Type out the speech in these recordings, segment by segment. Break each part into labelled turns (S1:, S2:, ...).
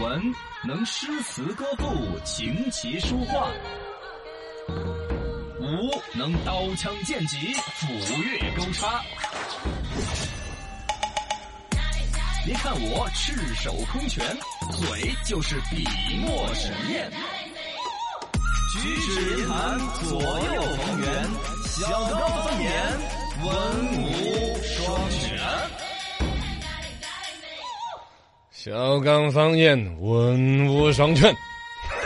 S1: 文能诗词歌赋、琴棋书画；武能刀枪剑戟、斧钺钩叉。您看我赤手空拳，嘴就是笔墨纸砚，举止言谈左右逢源，小高分明，文武双全。
S2: 小刚方言，文武双全，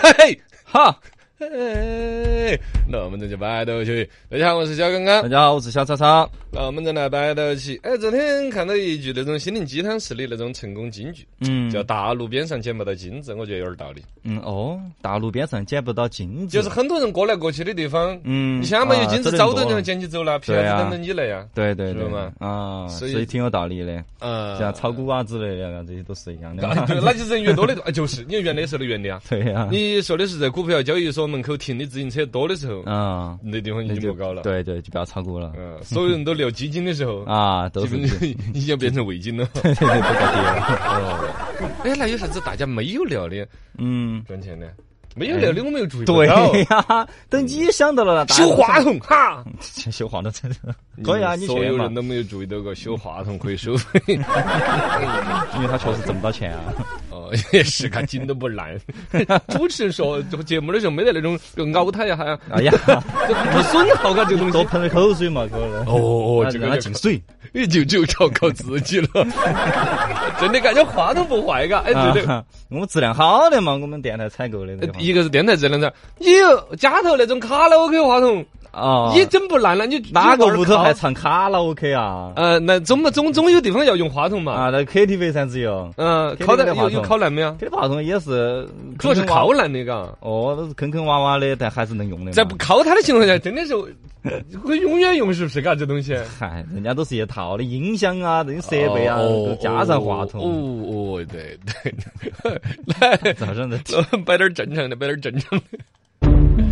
S2: 嘿嘿哈，嘿嘿。那我们这就摆到起。大家好，我是小刚刚
S3: 大。家好，我是小超超。
S2: 那我们再来摆到起。哎，昨天看到一句那种心灵鸡汤式的那种成功金句，
S3: 嗯
S2: 叫“大路边上捡不到金子”，我觉得有点道理。
S3: 嗯哦，大路边上捡不到金子，
S2: 就是很多人过来过去的地方，
S3: 嗯，
S2: 你想嘛，
S3: 啊
S2: 有金子
S3: 这
S2: 早
S3: 种
S2: 都
S3: 多
S2: 能捡起走了，皮
S3: 对
S2: 啥子
S3: 啊
S2: 等着你来呀？
S3: 对对
S2: 知道
S3: 对
S2: 吗
S3: 啊，
S2: 所
S3: 所
S2: 以
S3: 以挺有道理的，
S2: 嗯，
S3: 像炒股啊之类的，这些都是一样 的
S2: 啊
S3: 嘛。
S2: 对，那就人越多的，啊就是你原来时候的原理啊。
S3: 对呀，
S2: 你说的是在股票交易所门口停的自行车多的时候，
S3: 啊，
S2: 那地方
S3: 那
S2: 已经
S3: 就
S2: 不高了。，
S3: 对对，就不要炒股了
S2: 嗯，所有人都聊基金的时候，
S3: 啊，都
S2: 基
S3: 是
S2: 本
S3: 对
S2: 上已经变成围巾了。
S3: 对对，都在跌了。
S2: 哎，那有啥子大家没有聊的
S3: 嗯，
S2: 赚钱呢？没有聊的我们又注意不
S3: 哎对
S2: 到。
S3: 呀，等你想到了，大家
S2: 修
S3: 都
S2: 话筒哈，
S3: 想， 修话筒真的可以啊，你
S2: 所
S3: 学
S2: 有
S3: 嘛
S2: 人，都没有注意到过修话筒可以收费。
S3: 因为他确实挣不到钱啊。
S2: 哦，也是，看筋都不烂。 主持人说这个节目的时候没得那种就凹他一下呀，
S3: 哎呀，
S2: 就不损耗啊噶这个东
S3: 多
S2: 西。
S3: 喷点口水嘛，可能。
S2: 哦
S3: 让他进水。
S2: 也就 只有照靠自己了。 真的感觉话筒不坏嘎，哎，对的。哎
S3: 啊， 我们质量好的嘛，我们电台采购的那个嘛
S2: 一个是电台质量差，你有家头那种卡拉 OK 话筒
S3: 啊，
S2: 也整不烂了，你
S3: 哪个屋
S2: 你
S3: 头还？
S2: 玩儿
S3: 唱卡拉 OK 啊？
S2: 靠呃，那总总总有地方要用话筒嘛。
S3: 啊，那 KTV 噻只有
S2: 嗯，
S3: 天天
S2: 烤的
S3: 在话
S2: 有
S3: 筒
S2: 有烤烂没有？啊
S3: ，KTV 话筒也是，
S2: 主要是
S3: 坑坑洼
S2: 烤烂的嘎。
S3: 哦，都是坑坑洼洼的，但还是能用的嘛。
S2: 在不靠它的情况 下，真的是会永远用，是不是？嘎，这东西。
S3: 嗨，人家都是一套的音箱啊，这些设备啊，都加上话筒，
S2: 哦哦，对对， 来，
S3: 早上的
S2: 摆点正常的，摆点正常的。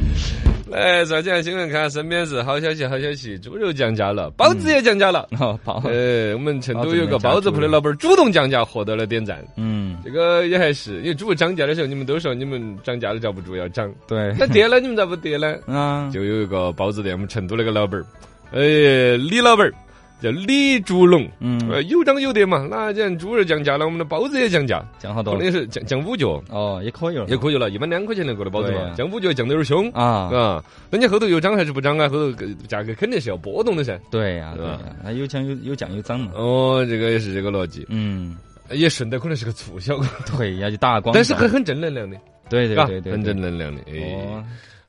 S2: 哎来，抓紧新闻看下身边是好消息，好消息，猪肉降价了，包子也降价了。
S3: 哦，包，
S2: 呃，我们成都有个嗯包子铺的老板主动降价，获得了点赞。
S3: 嗯，
S2: 这个也还是，因为猪肉涨价的时候，你们都说你们涨价都遭不住要涨，
S3: 对，
S2: 那跌了你们咋不跌呢？
S3: 啊，
S2: 就有一个包子店，我们成都那个老板儿，哎，李老板儿叫李竹龙，
S3: 嗯，
S2: 呃，有涨有跌嘛。那既然猪肉降价了，我们的包子也降价，
S3: 讲好多
S2: 可
S3: 了，
S2: 能是降降五角，
S3: 哦，也可以了，
S2: 也可以了，一般两块钱能够的包子
S3: 对
S2: 嘛
S3: 啊，
S2: 降五角降得有点凶。
S3: 啊，
S2: 啊，人家后头又涨还是不涨啊？后头个价格肯定是要波动的噻。
S3: 对呀，
S2: 对
S3: 对
S2: 吧
S3: 呀，啊那有奖有有奖有奖嘛，
S2: 哦，这个也是这个逻辑，
S3: 嗯，
S2: 也顺带可能是个促销，
S3: 对呀，就打光，
S2: 但是很很正能量的，
S3: 对对
S2: 嘎
S3: 对对，
S2: 很
S3: 对
S2: 正能量的。哎，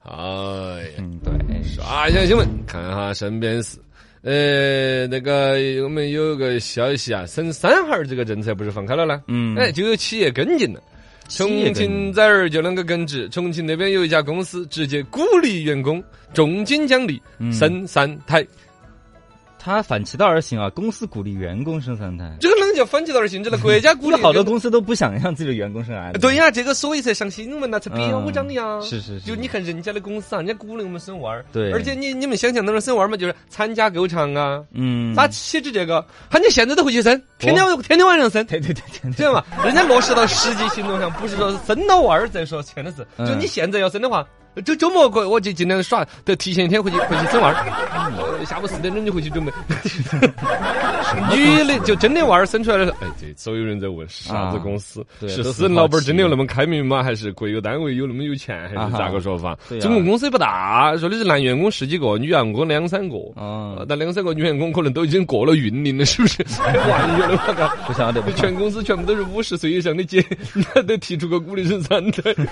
S3: 哦，
S2: 哎呀，
S3: 嗯，对，
S2: 刷一下新闻，看下身边事。呃，那个我们有个消息啊，省三孩儿这个政策不是放开了呢？
S3: 嗯，
S2: 哎，就有企业跟进了。重庆崽儿就啷个耿直？重庆那边有一家公司直接鼓励员工重金奖励
S3: 嗯
S2: 生三胎，
S3: 他反其道而行啊，公司鼓励员工生三胎，
S2: 这个啷个叫反其道而行？这个国家鼓
S3: 因
S2: 励
S3: 为嗯好多
S2: 员工哎
S3: 公司都不想让自己的员工生孩子。
S2: 对呀，这个所以才上新闻呐，才表彰呀。
S3: 啊是是是，
S2: 就你看人家的公司啊，人家鼓励我们生娃儿，
S3: 对
S2: 而且你你们想象当中生娃儿嘛，就是参加够长啊，
S3: 嗯，
S2: 咋岂止这个？喊你现在都回去生，天天天天晚上生，
S3: 对对对对
S2: 知道吗？人家落实到实际行动上，不是说生了娃儿再说钱的事。
S3: 嗯
S2: 就你现在要生的话，就周末过我就尽量耍，得提前一天回去回去生娃儿，
S3: 嗯
S2: 呃下午四点钟就回去准 备。女的就真的娃儿生出来的时候，哎，对，所有人在问是啥子公司？
S3: 啊对
S2: 是
S3: 都是
S2: 私人老板
S3: 好奇
S2: 真的有那么开明吗？还是国有单位有那么有钱？还是咋个说法？
S3: 对啊
S2: 总共公司也不大，说的是男员工十几个，女员工两三个。
S3: 哦
S2: 呃，那两三个女员工可能都已经过了云龄了，是 不是？换一个的话，嘎
S3: 不晓得不
S2: 这
S3: 晓
S2: 全公司全部都是五十岁以上的姐，那得提出个鼓励生三胎。
S3: 得，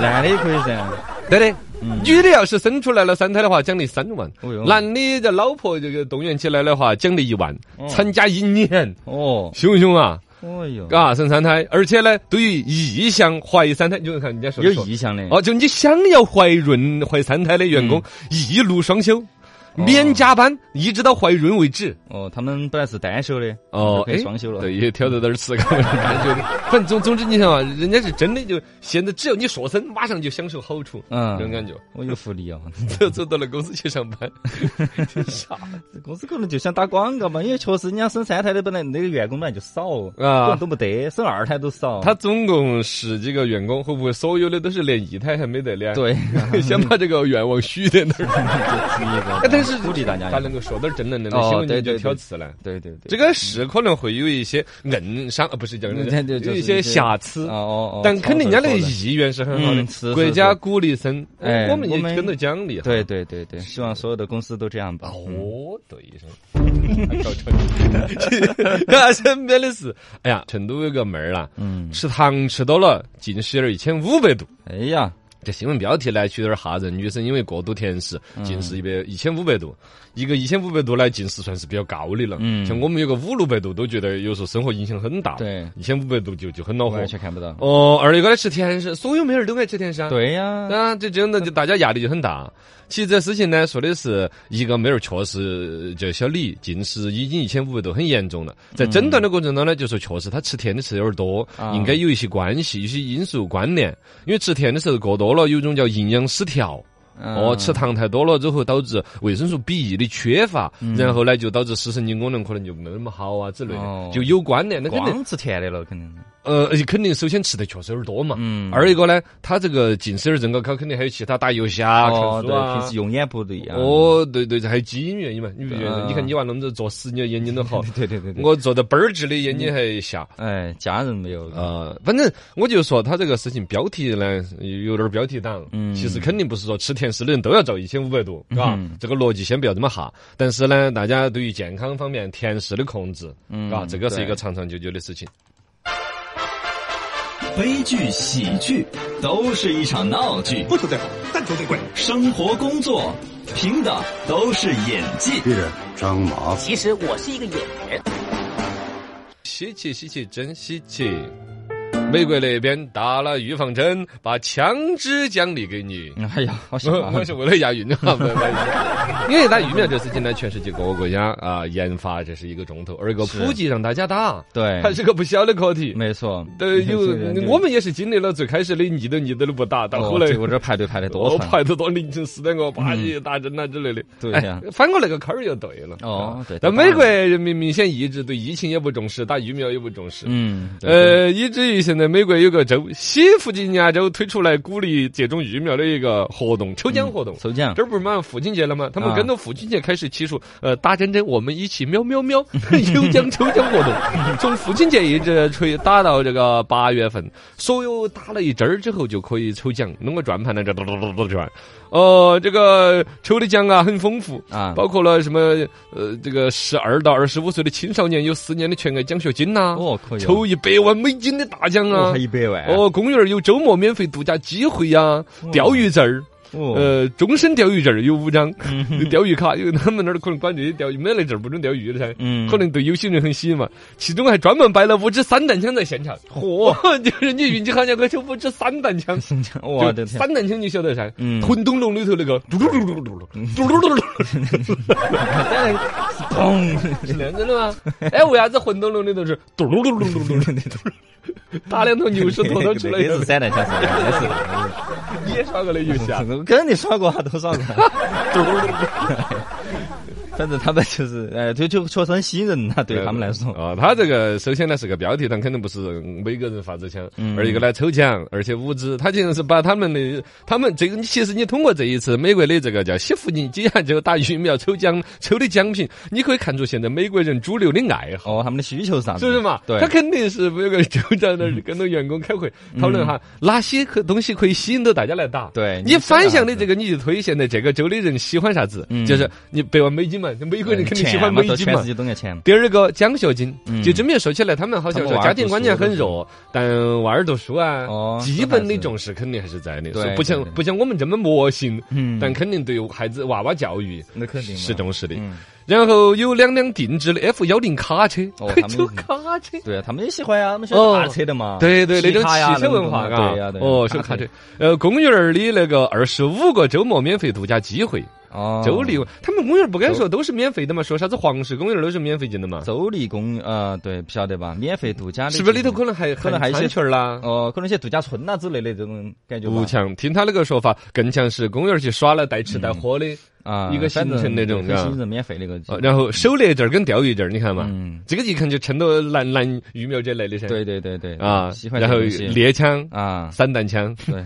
S3: 男的也可以噻。
S2: 对的，女的要是生出来了三胎的话，奖励三万
S3: 嗯哦哟；
S2: 男的这老婆这个动员起来的话，奖励一万。参加一年，
S3: 哦，
S2: 凶凶啊！
S3: 哦哟，
S2: 啊，生三胎，而且呢，对于意向怀三胎，你就看人家说的哦
S3: 有
S2: 说
S3: 意向的。嗯
S2: 哦，就你想要怀孕怀三胎的员工，一路双休。免加班，一直到怀孕为止。
S3: 哦，他们本来是单休的，
S2: 哦，
S3: 可以双休了。
S2: 对，也挑着点儿吃，感觉。 反正总总之，你想啊，人家是真的就现在，只要你说声，马上就享受好处，
S3: 嗯
S2: 这种感觉。
S3: 我有福 利啊！
S2: 走走到了公司去上 班，真傻
S3: 公司可能就想打广告嘛，因为确实人家生三胎的本来那个员工本来就少，可
S2: 啊
S3: 能！都没得，生二胎都少。
S2: 他总共十几个员工，会不会所有的都是连一胎还没得呢？，
S3: 对，
S2: 想把这个愿望许在那 儿。哎但 是
S3: 鼓励大家
S2: 他能够说点正能量的
S3: 哦
S2: 新闻，
S3: 对
S2: 你就
S3: 对
S2: 挑
S3: 对
S2: 刺了。
S3: 对对对，
S2: 这个是可能会有一些硬伤，呃不是叫硬伤
S3: 嗯对对就
S2: 有一
S3: 是一
S2: 些
S3: 些
S2: 瑕疵
S3: 哦。哦哦，
S2: 但肯定人家那个
S3: 操作
S2: 意愿是很好的，
S3: 嗯是是
S2: 国家鼓励生，
S3: 哎
S2: 我们也
S3: 我们
S2: 跟着奖励哈。
S3: 错的对对对对，希望所有的公司都这样吧。
S2: 哦，对一声， 还搞成这身边的事。哎呀，成都有个妹儿啦，
S3: 嗯，
S2: 吃糖吃多了，近视眼儿一千五百度。
S3: 哎呀，
S2: 这新闻标题呢，取有点吓人。女生因为过度甜食，
S3: 嗯
S2: 近视一百一千五百度，一个一千五百度呢，近视算是比较高的了。
S3: 嗯
S2: 像我们有个五六百度，都觉得有时候生活影响很大。
S3: 对
S2: 一千五百度就就很恼火
S3: 完。全看不到。
S2: 哦，二一个呢吃甜食，所有妹儿都爱吃甜食啊。
S3: 对呀，
S2: 啊，就真的就大家压力就很大。其实这事情呢，说的是一个妹儿确实叫小李近视已经一千五百度，很严重了。在诊断的过程当中呢，就说确实她吃甜的吃的有点多，
S3: 啊
S2: 应该有一些关系，有些因素关联。因为吃甜的时候过多了，有一种叫营养失调。哦，
S3: 嗯
S2: 吃糖太多了之后导致维生素 B1 的缺乏，
S3: 嗯
S2: 然后呢就导致视神经功能可能就没那么好啊之类的
S3: 哦，
S2: 就有关联。那肯定
S3: 光吃甜的了，肯定是。
S2: 呃，肯定首先吃的确实有点多嘛。
S3: 嗯
S2: 二一个呢，他这个近视眼症高考，肯定还有其他打游戏啊、
S3: 哦，
S2: 看书
S3: 对，
S2: 啊
S3: 平。时用眼不对呀。，
S2: 哦，对对，这还有基因原因嘛？你不觉
S3: 对
S2: 得？
S3: 啊，
S2: 你看你娃那么子做十年，眼睛都好
S3: 对对对对。
S2: 我做的倍儿直的眼睛还瞎。
S3: 哎，家人没有。
S2: 呃，反正我就说他这个事情标题呢有点标题党，
S3: 嗯
S2: 其实肯定不是说吃甜食的人都要照一千五百度，嘎、
S3: 嗯
S2: 这个逻辑先不要这么哈。但是呢，大家对于健康方面甜食的控制，
S3: 嗯
S2: 嘎、这个是一个
S3: 对
S2: 长长久久的事情。
S1: 悲剧、喜剧，都是一场闹剧。不求最好，但求最贵。生活、工作，凭的都是演技。
S4: 这是张麻子。
S5: 其实我是一个演员。
S2: 稀奇稀奇，真稀奇！美国那边打了预防针，把枪支奖励给你。
S3: 哎呀，好想
S2: 我
S3: 啊
S2: 我！是为了押韵的哈，不好意思 因为打疫苗这事情呢，全世界各个国家啊、研发这是一个重头，而一个
S3: 是
S2: 普及让大家打，
S3: 对，
S2: 还是个不小的课题。
S3: 没错。
S2: 对，有
S3: 这个
S2: 我们也是经历了最开始的腻都腻都的不打，到
S3: 哦
S2: 后来
S3: 这我这排队排的多
S2: 我
S3: 长。
S2: 排得多凌晨四点过八一打针啊之类的。
S3: 对
S2: 哎
S3: 呀
S2: 翻过那个坎儿就对了。啊
S3: 哦对
S2: 但
S3: 当然
S2: 美国人民明显一直对疫情也不重视，打疫苗也不重视。
S3: 嗯，对
S2: 呃，以至于现在美国有个州西弗吉尼亚州推出来鼓励接种疫苗的一个活动，抽奖活动。
S3: 抽奖
S2: 这不是马上父亲节了吗？他们
S3: 啊
S2: 跟着父亲节开始起数，呃，打针针，我们一起喵喵喵， 有奖抽奖活动，从父亲节一直吹打到这个八月份，所有打了一针儿之后就可以抽奖，弄个转盘来这嘟嘟嘟嘟转，哦，这个抽的奖啊很丰富。
S3: 啊，
S2: 包括了什么呃，这个十二到二十五岁的青少年有四年的全额奖学金呐、
S3: 哦可以哦
S2: 抽一百万美金的大奖
S3: 哦
S2: 啊
S3: 还，一百万
S2: 哦，公园儿有周末免费度假机会呀、钓鱼证儿，
S3: 哦，嗯
S2: 呃，终身钓鱼证儿有五张， 钓鱼卡，因为他们那儿可能管这些钓鱼没得证儿不准钓鱼的噻，
S3: 嗯
S2: 可能对有些人很吸引嘛。其中还专门摆了五支散弹枪在现场， 嚯、就是你运气好，你可以抽五支散弹枪，
S3: 我
S2: 就
S3: 的天，
S2: 散弹枪你晓得噻，
S3: 嗯
S2: 魂斗龙里头那 个 嘟嘟嘟嘟嘟嘟嘟嘟嘟嘟嘟，
S3: 砰！
S2: 是那样子的吗？哎，为啥子魂斗龙里头是嘟嘟嘟嘟嘟嘟 嘟，打两头牛屎坨坨出来
S3: 也是 散弹枪，也是的。
S2: 你也耍过那游戏啊？
S3: 我肯定耍过啊，都 耍过啊。反正他们就是，哎，就就确实很吸引人呐， 对他们来说。
S2: 啊、他这个首先呢是个标题党，肯定不是每个人发支枪，
S3: 嗯
S2: 而一个呢抽奖，而且物资，他竟然是把他们的他们这个，其实你通过这一次美国的这个叫西弗吉尼亚州打疫苗抽奖抽的奖品，你可以看出现在美国人主流的爱好。
S3: 哦，他们的需求是啥子？
S2: 是不是嘛？
S3: 对嗯
S2: 他，肯定是有个州长那儿跟着员工开会讨论哈，哪些可东西可以吸引到大家来打。
S3: 对
S2: 你反向的这个，你就推现在这个州的人喜欢啥子，就是你百万美金嘛，美国人肯定喜欢
S3: 嗯嘛，
S2: 美
S3: 到
S2: 金
S3: 全
S2: 嘛
S3: 世。界都爱钱。
S2: 第二个奖学金，
S3: 嗯
S2: 就正面说起来，他们好像
S3: 他
S2: 说
S3: 们娃儿
S2: 家庭观念很弱，但娃儿读书啊
S3: 哦，
S2: 基本的重视肯定还是在的，
S3: 对
S2: 说不像
S3: 对对
S2: 不像我们这么魔性，
S3: 嗯
S2: 但肯定对孩子娃娃教育
S3: 那肯定嘛
S2: 是重视的。
S3: 嗯，
S2: 然后有两辆定制的 F 幺零卡车，
S3: 哦
S2: 还
S3: 他们
S2: 有卡车。
S3: 对啊，他们也喜欢啊，他们喜欢大车的嘛。
S2: 哦对对，那种
S3: 卡呀
S2: 汽车文化，啊哦
S3: 那种
S2: 嘎
S3: 对呀，对呀。
S2: 哦，手卡车，呃，公园儿的那个二十五个周末免费度假机会，
S3: 哦，
S2: 州立他们公园不敢说都是免费的嘛，说啥子黄石公园都是免费进的嘛，
S3: 州立公啊，对，不晓得吧？免费度假的，
S2: 是不是里头可能还
S3: 可能还有一
S2: 安
S3: 些
S2: 全啦？
S3: 哦，可能一些度假村呐之类的这种感觉吧
S2: 不强，听他那个说法，更像是公园去耍了带吃带喝的。
S3: 啊，
S2: 一个
S3: 反正
S2: 行程那种
S3: 一
S2: 是
S3: 个
S2: 吧
S3: 行程免费那个，
S2: 呃然后狩猎证儿跟钓鱼证儿，你看嘛，
S3: 嗯，
S2: 这个一看就成都南南育苗这类的噻。
S3: 对对对对
S2: 啊
S3: 喜，欢这
S2: 然后
S3: 种东西
S2: 猎枪、
S3: 啊，
S2: 散弹枪，
S3: 对，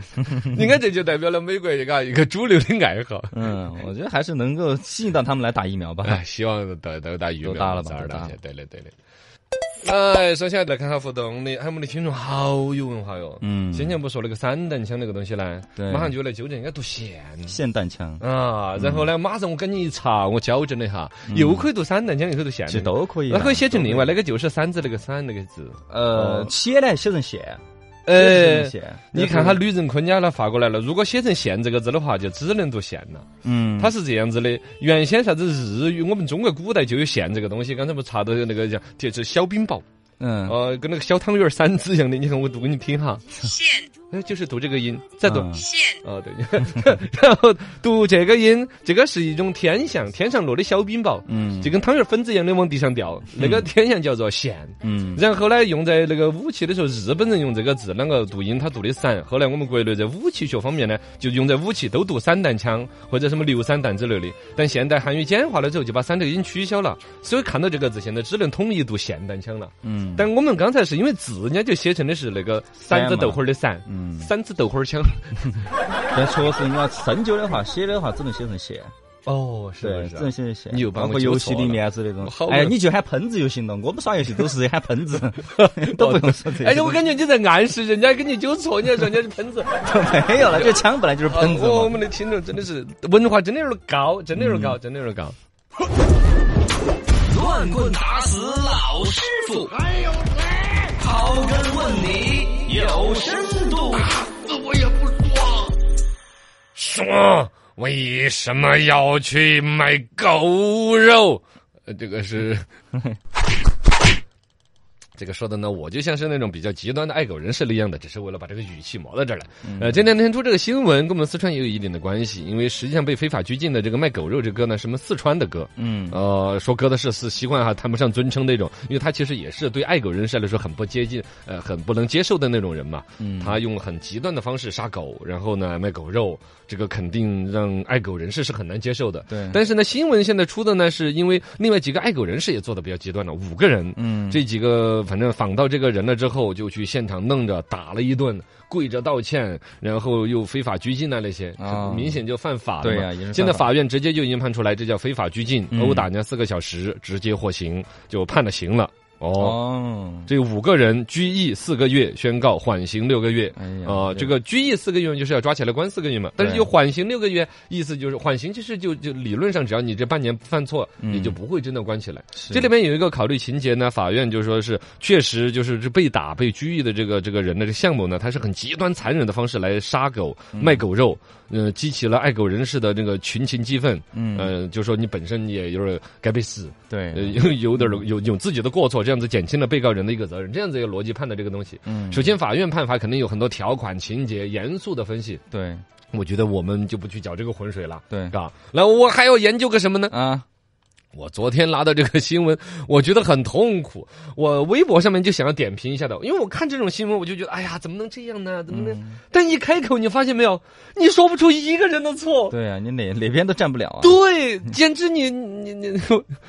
S2: 你看这就代表了美国一个一个主流的爱好。
S3: 嗯， 我觉得还是能够吸引到他们来打疫 苗吧。
S2: 哎，希望都都打疫苗，
S3: 都打了吧
S2: 早点
S3: 都打
S2: 打
S3: 了
S2: 起来对的，对的。哎，首先来看下互动的，哎，我们的听众好有文化哟。
S3: 嗯，
S2: 先前不说那个散弹枪那个东西呢，
S3: 对嗯
S2: 马上就来纠正，应该读霰
S3: 霰弹枪
S2: 啊。然后呢，马上我赶紧一查，我矫正了一下，又可以读散弹枪，又可以读霰
S3: 其实
S2: 弹。
S3: 嗯都可以啦，啊
S2: 那可以写成另外那个就是“三”字那个“三”那个字。
S3: 呃
S2: 哦
S3: 写呢写成线，
S2: 呃，
S3: 写成线
S2: 你看他，吕仁坤家呢发过来了，如果写成“县”这个字的话，就只能读“县”了。
S3: 嗯，
S2: 它是这样子的，原先啥子日语，我们中国古代就有“县”这个东西。刚才不查到那个叫就是小冰雹，
S3: 嗯
S2: 呃，跟那个小汤圆儿馓子一样的。你看我读给你听哈，
S4: 线
S2: 哎，就是读这个音，再读。
S3: 嗯
S4: 线
S2: 哦，对， 然后读这个音，这个是一种天象，天上落的小冰雹，
S3: 嗯
S2: 就跟汤圆儿粉子一样的往地上掉，那个天象叫做“县”。
S3: 嗯
S2: 然后呢，用在那个武器的时候，日本人用这个字，啷个读音他读的散。后来我们国内在武器学方面呢，就用在武器都读散弹枪或者什么榴散弹之类的。但现代汉语简化了之后，就把“散”这个音取消了，所以看到这个字，现在只能统一读霰弹枪了。
S3: 嗯
S2: 但我们刚才是因为字，人家就写成的是那个“三子豆花儿”的“散”，
S3: 嗯，
S2: 三子豆花儿枪。
S3: 但确实你要深究的话，写的话只能写成线，
S2: 哦，
S3: 对，只能写成线。
S2: 你又把
S3: 包
S2: 我
S3: 括
S2: 纠
S3: 游
S2: 错
S3: 戏里
S2: 了
S3: 面之类的
S2: 我好
S3: 东西，哎，
S2: 不
S3: 你就喊喷子就行了。我们耍游戏都是喊 喷子，都不用说这些。
S2: 哎，我感觉你在暗示人家跟你纠错，你还说人家是喷子。
S3: 没有了，这枪本来就是 喷子
S2: 哦我
S3: 嘛。
S2: 们的听众真的是文化真的有点高，真的有点
S3: 嗯
S2: 高，真的有点高。
S1: 乱棍打死老师傅，还有谁？刨根问底有深度。
S2: 说为什么要去买狗肉？呃，这个是，这个说的呢，我就像是那种比较极端的爱狗人士一样的，只是为了把这个语气磨到这儿来。
S3: 嗯
S2: 呃，这两天出这个新闻，跟我们四川也有一定的关系，因为实际上被非法拘禁的这个卖狗肉这个呢，什么四川的歌，
S3: 嗯
S2: 呃，说哥的是是习惯哈，谈不上尊称那种，因为他其实也是对爱狗人士来说很不接近，呃，很不能接受的那种人嘛。
S3: 嗯
S2: 他用很极端的方式杀狗，然后呢卖狗肉，这个肯定让爱狗人士是很难接受的。
S3: 对
S2: 但是呢，新闻现在出的呢，是因为另外几个爱狗人士也做的比较极端了，五个人，
S3: 嗯
S2: 这几个反正访到这个人了之后，就去现场弄着打了一顿，跪着道歉，然后又非法拘禁啊那些，
S3: 啊
S2: 明显就犯法了嘛。
S3: 对呀也是
S2: 现在
S3: 犯法
S2: 法院直接就已经判出来，这叫非法拘禁，
S3: 嗯
S2: 殴打人家四个小时，直接获刑，就判了刑了。哦，
S3: 哦，
S2: 这五个人拘役四个月，宣告缓刑六个月。
S3: 哎呀
S2: 啊，这个拘役四个月就是要抓起来关四个月嘛，但是
S3: 对
S2: 就缓刑六个月，意思就是缓刑其实就就理论上只要你这半年不犯错，
S3: 嗯
S2: 你就不会真的关起来。
S3: 是
S2: 这里面有一个考虑情节呢，法院就说是确实就是这被打被拘役的这个这个人的这个项目呢，他是很极端残忍的方式来杀狗
S3: 嗯
S2: 卖狗肉，呃，激起了爱狗人士的这个群情激愤，
S3: 嗯
S2: 呃，就说你本身也有点儿该被死，呃，
S3: 对，
S2: 有有点儿有有自己的过错，这样子减轻了被告人的一个责任，这样子一个逻辑判的这个东西。
S3: 嗯
S2: 首先，法院判罚肯定有很多条款、情节，严肃的分析。
S3: 对
S2: 我觉得我们就不去搅这个浑水了，
S3: 对
S2: 啊。然后我还要研究个什么呢？
S3: 啊
S2: 我昨天拿到这个新闻，我觉得很痛苦。我微博上面就想要点评一下的，因为我看这种新闻，我就觉得，哎呀，怎么能这样呢？怎么能？
S3: 嗯
S2: 但一开口，你发现没有，你说不出一个人的错。
S3: 对啊，你哪哪边都站不了啊。
S2: 对，简直你你你，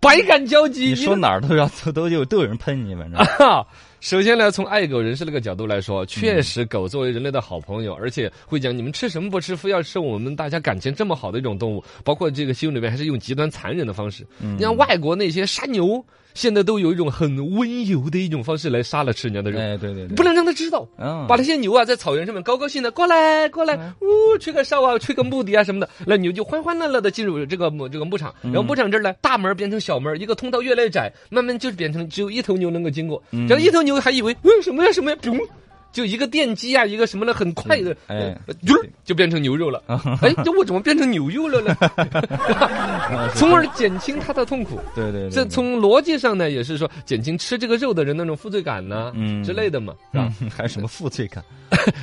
S2: 百感交集。一
S3: 你
S2: 个
S3: 说哪儿都要都都有都有人喷你，反正
S2: 哈，首先呢，从爱狗人士那个角度来说，确实狗作为人类的好朋友，而且会讲你们吃什么不吃，非要吃我们大家感情这么好的一种动物。包括这个新闻里面还是用极端残忍的方式，你像外国那些杀牛，现在都有一种很温柔的一种方式来杀了吃人家的肉，
S3: 哎，对对对，
S2: 不能让他知道。
S3: 嗯，
S2: 把那些牛啊，在草原上面高高兴的过来过来，呜，吹个哨啊，吹个牧笛啊什么的，那牛就欢欢乐乐的进入这个牧这个牧场，
S3: 嗯
S2: 然后牧场这儿呢，大门变成小门，一个通道越嗯来越窄，慢慢就是变成只有一头牛能够经过，然后一头牛还以为嗯什么呀什么呀，砰，就一个电击啊，一个什么的，很快的，
S3: 哎
S2: 呃啾儿就变成牛肉 了。哎，这我怎么变成牛肉了呢？ 从而减轻他的痛苦。
S3: 对对对，
S2: 这
S3: 对
S2: 从逻辑上呢，也是说减轻吃这个肉的人那种负罪感呢、
S3: 嗯
S2: 之类的嘛，是吧？
S3: 嗯还有什么负罪感？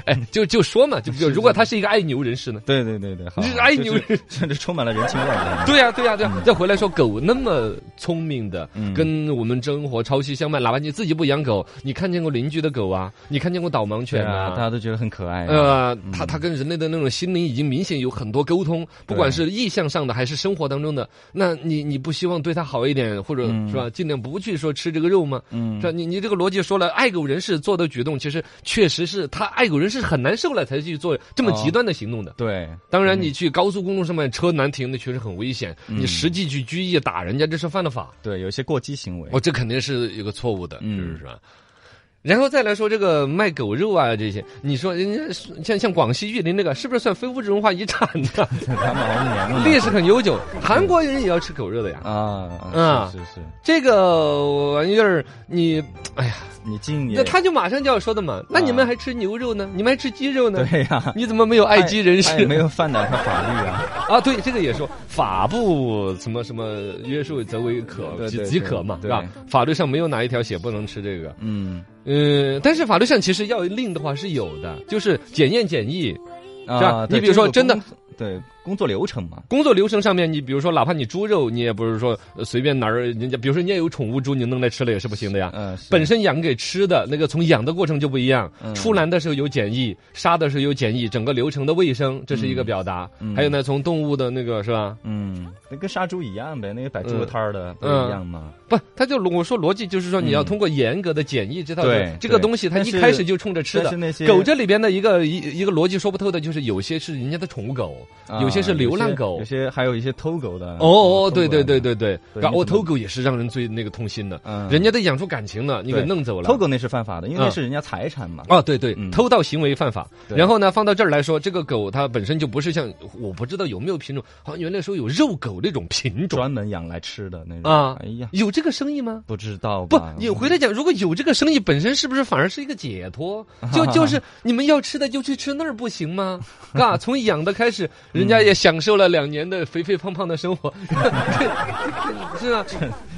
S2: 哎，就就说嘛，就就如果他是一个爱牛人士呢？
S3: 对对对对，好
S2: 你是爱牛人
S3: 就是就是充满了人情味儿。
S2: 对呀、对呀、对呀、再回来说，狗那么聪明的，
S3: 嗯
S2: 跟我们生活朝夕相伴，哪怕你自己不养狗，你看见过邻居的狗啊，你看见过导盲
S3: 对
S2: 犬
S3: 啊，大嗯家都觉得很可爱。
S2: 呃，它它跟人类的那种心灵已经明显有很多沟通，不管是意向上的还是生活当中的。那你你不希望对它好一点，或者
S3: 嗯
S2: 是吧，尽量不去说吃这个肉吗？
S3: 嗯
S2: 是吧？你你这个逻辑说了，爱狗人士做的举动，其实确实是他爱狗人士很难受了才去做这么
S3: 哦
S2: 极端的行动的。
S3: 对，
S2: 当然，你去高速公路上面车难停，那确实很危险。
S3: 嗯
S2: 你实际去拘役打人家，这是犯了法。
S3: 对，有一些过激行为
S2: 哦，。这肯定是有个错误的，
S3: 嗯
S2: 是不是吧？然后再来说这个卖狗肉啊这些，你说人家是像像广西玉林那个，是不是算非物质文化遗产呢？
S3: 他们好娘啊！
S2: 历史很悠久，韩国人也要吃狗肉的呀。
S3: 啊，
S2: 啊
S3: 啊，是是是，
S2: 这个玩意儿，你哎呀，
S3: 你敬
S2: 那
S3: 业。
S2: 他就马上就要说的嘛，那你们还吃牛肉呢？你们还吃鸡肉呢？
S3: 啊对呀、
S2: 你怎么没有爱鸡人
S3: 他也
S2: 士
S3: 没有犯哪条法律啊，
S2: 啊？对，这个也说法不什么什么约束则为可
S3: 对
S2: 即
S3: 对
S2: 即可嘛，是
S3: 对
S2: 吧？法律上没有哪一条写不能吃这个。
S3: 嗯，
S2: 嗯，但是法律上其实要令的话是有的，就是检验检疫是吧
S3: 啊，
S2: 你
S3: 对
S2: 比如说
S3: 这
S2: 真
S3: 是个
S2: 的
S3: 工作，对工作流程嘛，
S2: 工作流程上面，你比如说哪怕你猪肉，你也不是说呃随便哪儿人家，比如说人家有宠物猪，你弄来吃了也是不行的呀。
S3: 嗯、是
S2: 本身养给吃的那个从养的过程就不一样，
S3: 嗯
S2: 出栏的时候有检疫，杀的时候有检疫，整个流程的卫生这是一个表达。
S3: 嗯
S2: 还有呢，从动物的那个是吧？
S3: 嗯，那跟杀猪一样呗，那个摆猪肉摊儿的、不是一样吗？
S2: 不，他就我说逻辑就是说你要
S3: 嗯
S2: 通过严格的检疫这套
S3: 对
S2: 这个
S3: 对
S2: 东西，它
S3: 但
S2: 一
S3: 是
S2: 开始就冲着吃
S3: 但
S2: 的
S3: 是。那些
S2: 狗这里边的一个一一个逻辑说不透的，就是有些是人家的宠物狗，
S3: 啊
S2: 有些是流浪狗
S3: 有。些有些还有一些偷狗的。
S2: 哦哦，
S3: 偷
S2: 对
S3: 过
S2: 对
S3: 来
S2: 对
S3: 的，
S2: 对对，
S3: 对
S2: 然后
S3: 你怎么
S2: 偷狗也是让人最那个痛心的，
S3: 嗯，
S2: 人家都养出感情了，你给
S3: 对
S2: 弄走了。
S3: 偷狗那是犯法的，因为那
S2: 嗯
S3: 是人家财产嘛。
S2: 哦，对对，
S3: 嗯
S2: 偷盗行为犯法。
S3: 对
S2: 然后呢，放到这儿来说，这个狗它本身就不是像我不知道有没有品种，好像原来说有肉狗那种品种，
S3: 专门养来吃的那种
S2: 啊
S3: 哎呀，
S2: 有这个生意吗？
S3: 不知道
S2: 不
S3: 吧，
S2: 你回来讲，如果有这个生意本身，是不是反而是一个解 脱？就就是你们要吃的就去吃那儿不行吗？啊，从养的开始，人家也享受了两年的肥肥胖胖的生 活，是啊，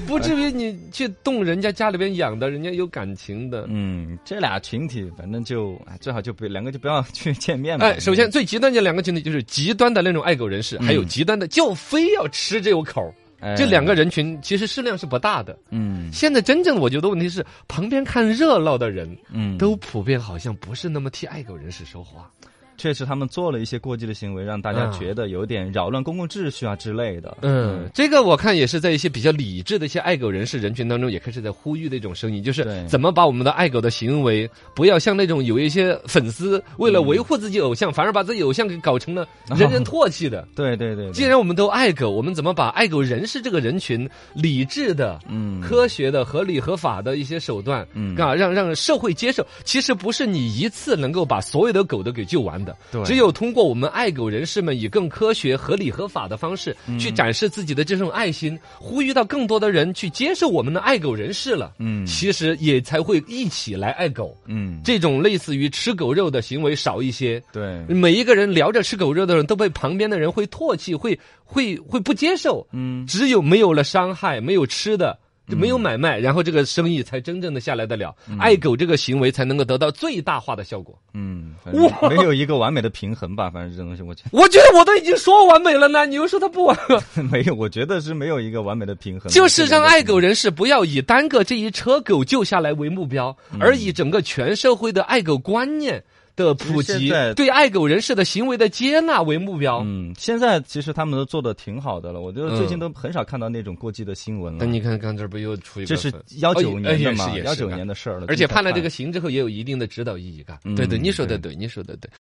S2: 不至于你去动人家家里边养的，人家有感情的。
S3: 嗯，这俩群体反正就哎，最好就别两个就不要去见面吧。
S2: 哎，首先最极端这两个群体就是极端的那种爱狗人士，还有极端的就非要吃这口口儿。
S3: 嗯哎
S2: 这两个人群其实适量是不大的。
S3: 嗯
S2: 现在真正我觉得问题是，旁边看热闹的人，
S3: 嗯
S2: 都普遍好像不是那么替爱狗人士说话。
S3: 确实，他们做了一些过激的行为，让大家
S2: 啊
S3: 觉得有点扰乱公共秩序啊之类的。
S2: 嗯，这个我看也是在一些比较理智的一些爱狗人士人群当中，也开始在呼吁的一种声音，就是
S3: 对
S2: 怎么把我们的爱狗的行为，不要像那种有一些粉丝为了维护自己偶像，
S3: 嗯
S2: 反而把自己偶像给搞成了人人唾弃的。
S3: 对对对，对
S2: 既然我们都爱狗，我们怎么把爱狗人士这个人群理智的、
S3: 嗯
S2: 科学的、合理合法的一些手段，
S3: 嗯
S2: 啊，让让社会接受？其实不是你一次能够把所有的狗都给救完的，
S3: 对
S2: 只有通过我们爱狗人士们以更科学、合理合法的方式
S3: 嗯
S2: 去展示自己的这种爱心，呼吁到更多的人去接受我们的爱狗人士了，
S3: 嗯
S2: 其实也才会一起来爱狗。
S3: 嗯
S2: 这种类似于吃狗肉的行为少一些，
S3: 对 嗯
S2: 每一个人聊着吃狗肉的人都被旁边的人会唾弃，会会会不接受。
S3: 嗯
S2: 只有没有了伤害，没有吃的。就没有买卖，然后这个生意才真正的下来得了。爱狗这个行为才能够得到最大化的效果。
S3: 嗯，反正没有一个完美的平衡吧，反正这东西我觉
S2: 我觉得我都已经说完美了呢，你又说它不完美，
S3: 得没有，我觉得是没有一个完美的平衡的。
S2: 就是让爱狗
S3: 人
S2: 人士不要以单个这一车狗救下来为目标，
S3: 嗯
S2: 而以整个全社会的爱狗观念的普
S3: 其实现
S2: 及
S3: 在，
S2: 对爱狗人士的行为的接纳为目标。
S3: 嗯，现在其实他们都做的挺好的了，我觉得最近
S2: 嗯
S3: 都很少看到那种过激的新闻了
S2: 但。你看刚才不又出一个
S3: 这是
S2: 粉
S3: 幺
S2: 嗯
S3: 九
S2: 哦
S3: 年
S2: 也
S3: 的
S2: 是
S3: 嘛，
S2: 也是
S3: 幺九
S2: 啊
S3: 年的事儿了，
S2: 而且判了这
S3: 个。
S2: 个刑之后也有一定的指导意义，嘎。
S3: 嗯
S2: 对对，你说的
S3: 对
S2: 对，你说的对。